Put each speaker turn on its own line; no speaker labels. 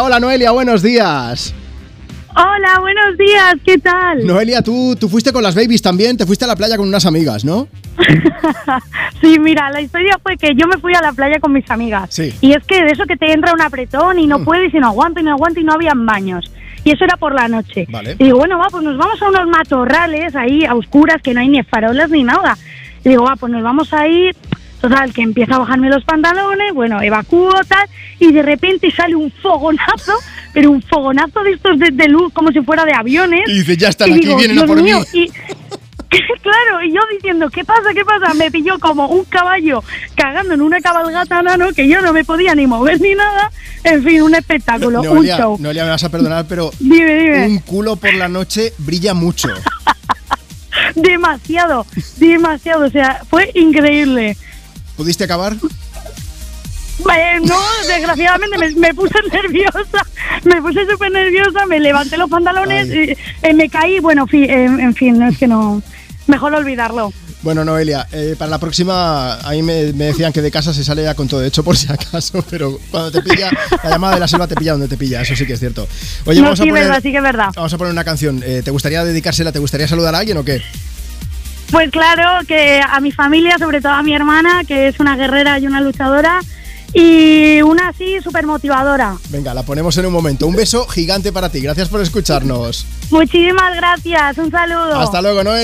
Hola Noelia, buenos días.
Hola, buenos días, ¿qué tal?
Noelia, tú, tú fuiste con las babies también, te fuiste a la playa con unas amigas, ¿no?
sí, mira, la historia fue que yo me fui a la playa con mis amigas.
Sí. Mm.
Y es que de eso que te entra un apretón y no puedes y no aguanto y no aguanto y no habían baños. Y eso era por la noche.
Vale.
Y digo, bueno, va, pues nos vamos a unos matorrales ahí a oscuras que no hay ni farolas ni nada. Y digo, va, pues nos vamos a ir. Total, que empieza a bajarme los pantalones, bueno, evacúo tal, y de repente sale un fogonazo, pero un fogonazo de estos de, de luz, como si fuera de aviones.
Y dices, ya están
Y
aquí,
digo,
vienen a
Dios
por mí.
mío, y- claro, y yo diciendo, ¿qué pasa? ¿Qué pasa? Me pilló como un caballo cagando en una cabalgata nano que yo no me podía ni mover ni nada. En fin, un espectáculo, un
Noelia,
show.
Noelia, me vas a perdonar, pero
Dime, dime.
un culo por la noche brilla mucho.
Demasiado, demasiado. O sea, fue increíble.
¿Pudiste acabar?
Eh, no, desgraciadamente me, me puse nerviosa, me puse súper nerviosa, me levanté los pantalones,
Ay.
eh, eh, me caí, bueno, fi- eh, en fin, no es que no, mejor olvidarlo.
Bueno, Noelia, eh, para la próxima, a mí me, me decían que de casa se sale ya con todo hecho, por si acaso, pero cuando te pilla, la llamada de la selva te pilla donde te pilla, eso sí que es cierto. Oye,
no,
vamos, a
sí,
poner,
verdad, sí que es verdad.
vamos a poner una canción. Eh, ¿Te gustaría dedicársela? ¿Te gustaría saludar a alguien o qué?
Pues claro, que a mi familia, sobre todo a mi hermana, que es una guerrera y una luchadora, y una así súper motivadora.
Venga, la ponemos en un momento. Un beso gigante para ti. Gracias por escucharnos.
Muchísimas gracias, un saludo.
Hasta luego, Noelia.